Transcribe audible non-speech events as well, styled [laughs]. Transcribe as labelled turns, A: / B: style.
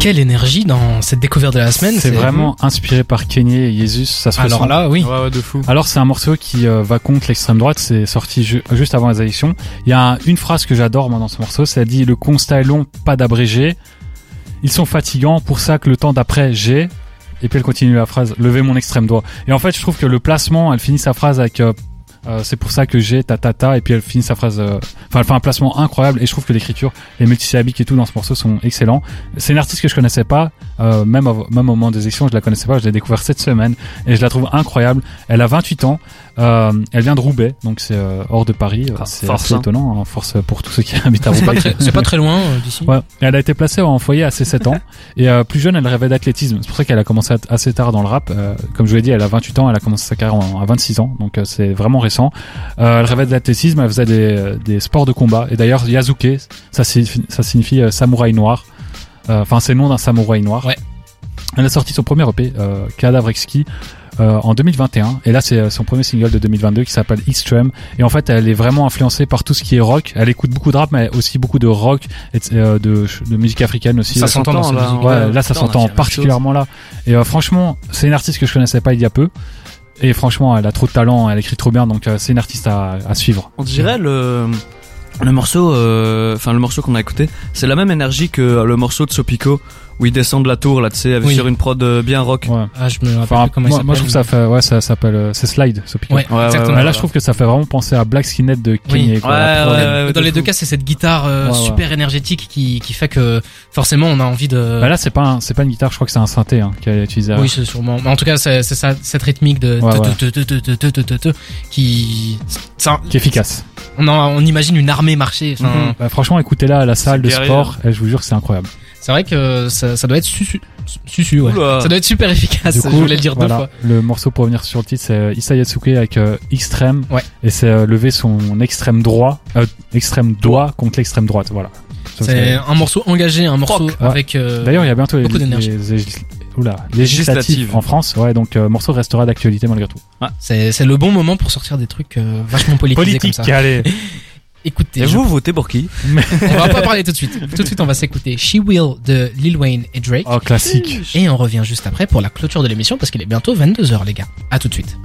A: quelle énergie dans cette découverte de la semaine.
B: C'est vraiment inspiré par Kanye et Jesus, ça se
A: Alors
B: ressent.
A: là, oui.
C: Ouais, ouais, de fou.
B: Alors c'est un morceau qui euh, va contre l'extrême droite, c'est sorti ju- juste avant les élections. Il y a un- une phrase que j'adore moi dans ce morceau, ça dit le constat est long, pas d'abrégé. Ils sont fatigants, pour ça que le temps d'après j'ai. Et puis elle continue la phrase, levez mon extrême doigt. Et en fait je trouve que le placement, elle finit sa phrase avec euh, euh, c'est pour ça que j'ai ta ta ta et puis elle finit sa phrase euh, enfin elle fait un placement incroyable et je trouve que l'écriture les multisyllabiques et tout dans ce morceau sont excellents c'est une artiste que je connaissais pas euh, même av- même au moment des élections je la connaissais pas je l'ai découvert cette semaine et je la trouve incroyable elle a 28 ans euh, elle vient de Roubaix donc c'est euh, hors de Paris Euh,
C: Ah,
B: c'est
C: force,
B: assez
C: hein.
B: étonnant hein, force pour tous ceux qui [laughs]
A: [laughs]
B: habitent à
A: C'est pas
B: Roubaix
A: très, c'est pas très loin euh, d'ici.
B: Ouais. Et Elle a été placée en foyer à ses 7 ans. Et euh, plus jeune, elle rêvait d'athlétisme. C'est pour ça qu'elle a commencé at- assez tard dans le rap. Euh, comme je vous l'ai dit, elle a 28 ans. Elle a commencé sa carrière en- à 26 ans. Donc euh, c'est vraiment récent. Euh, elle rêvait d'athlétisme. Elle faisait des, euh, des sports de combat. Et d'ailleurs, Yasuke, ça, signifie- ça signifie euh, samouraï noir. Euh, Enfin, c'est le nom d'un samouraï noir.
A: Ouais.
B: Elle a sorti son premier EP, euh, Cadavre Exquis, euh, en 2021. Et là, c'est euh, son premier single de 2022 qui s'appelle Extreme. Et en fait, elle est vraiment influencée par tout ce qui est rock. Elle écoute beaucoup de rap, mais aussi beaucoup de rock, et de- euh, de, de musique africaine aussi.
C: Ça
B: Euh,
C: s'entend
A: dans cette
C: là.
A: musique.
B: Ouais,
C: ouais.
B: là ça
A: Putain, on a dit
B: s'entend
A: la même
B: particulièrement là. Et euh, franchement, c'est une artiste que je connaissais pas il y a peu. Et franchement, elle a trop de talent, elle écrit trop bien, donc euh, c'est une artiste à, à suivre.
D: On dirait le le morceau, euh, enfin le morceau qu'on a écouté, c'est la même énergie que le morceau de Sopico où il descend de la tour là, tu sais, avec-
A: Oui.
D: sur une prod euh, bien rock.
B: Ouais.
A: Ah, je me rappelle
B: Enfin,
A: plus comment il
B: moi,
A: s'appelle.
B: moi, je trouve ça fait, ouais, ça s'appelle, euh, c'est Slide, ce pick-up.
A: Ouais,
D: ouais,
A: exactement.
B: Ouais, là, je trouve que ça fait vraiment penser à Black Skinhead de
A: Oui.
B: Kanye. quoi,
D: Ouais,
B: la prod.
D: ouais, ouais.
A: Euh, dans
D: de
A: les deux
D: fou.
A: cas, c'est cette guitare euh,
B: Ouais, ouais.
A: super énergétique qui, qui fait que forcément on a envie de.
B: Bah là, c'est pas, un- c'est pas une guitare, je crois que c'est un synthé hein, qu'elle a utilisé.
A: Euh, oui, c'est sûrement. Mais en tout cas, c'est c'est ça, cette rythmique de
B: Ouais, ouais.
A: te- te- te- te- te- te- te- te- qui. ça-
B: Qui est efficace.
A: On, en- on imagine une armée marcher. Enfin,
D: Mhm.
B: Bah, franchement, écoutez-la à la salle
C: C'est
B: de
C: guerrier. hein.
B: sport, et je vous jure que c'est incroyable.
A: C'est vrai que ça, ça doit être susu, susu, ouais.
D: Oula.
A: Ah, Ça doit être super efficace.
B: Du coup,
A: je voulais le dire
B: voilà,
A: deux fois.
B: Le morceau pour revenir sur le titre, c'est euh, Issa Yatsuke avec euh, Extrême.
A: Ouais.
B: Et c'est euh, lever son extrême droit, euh, extrême doigt contre l'extrême droite. Voilà. Ça,
A: C'est un morceau engagé, un morceau
B: Ouais.
A: avec. euh,
B: D'ailleurs, il y a bientôt les,
A: Beaucoup d'énergie.
B: les- les- oula, législatives
D: Législatives.
B: en France. Ouais, donc euh, morceau restera d'actualité malgré tout.
A: c'est c'est le bon moment pour sortir des trucs euh, vachement politisés
B: Politique,
A: comme ça. [laughs]
B: allez.
A: Écoutez,
D: Et
A: je-
D: vous votez pour qui
A: on va pas parler tout de suite. Tout de suite, on va s'écouter She Will de Lil Wayne et
D: Ah.
A: Drake.
B: Oh, classique.
A: Et on revient juste après pour la clôture de l'émission parce qu'il est bientôt 22h les gars. À tout de suite.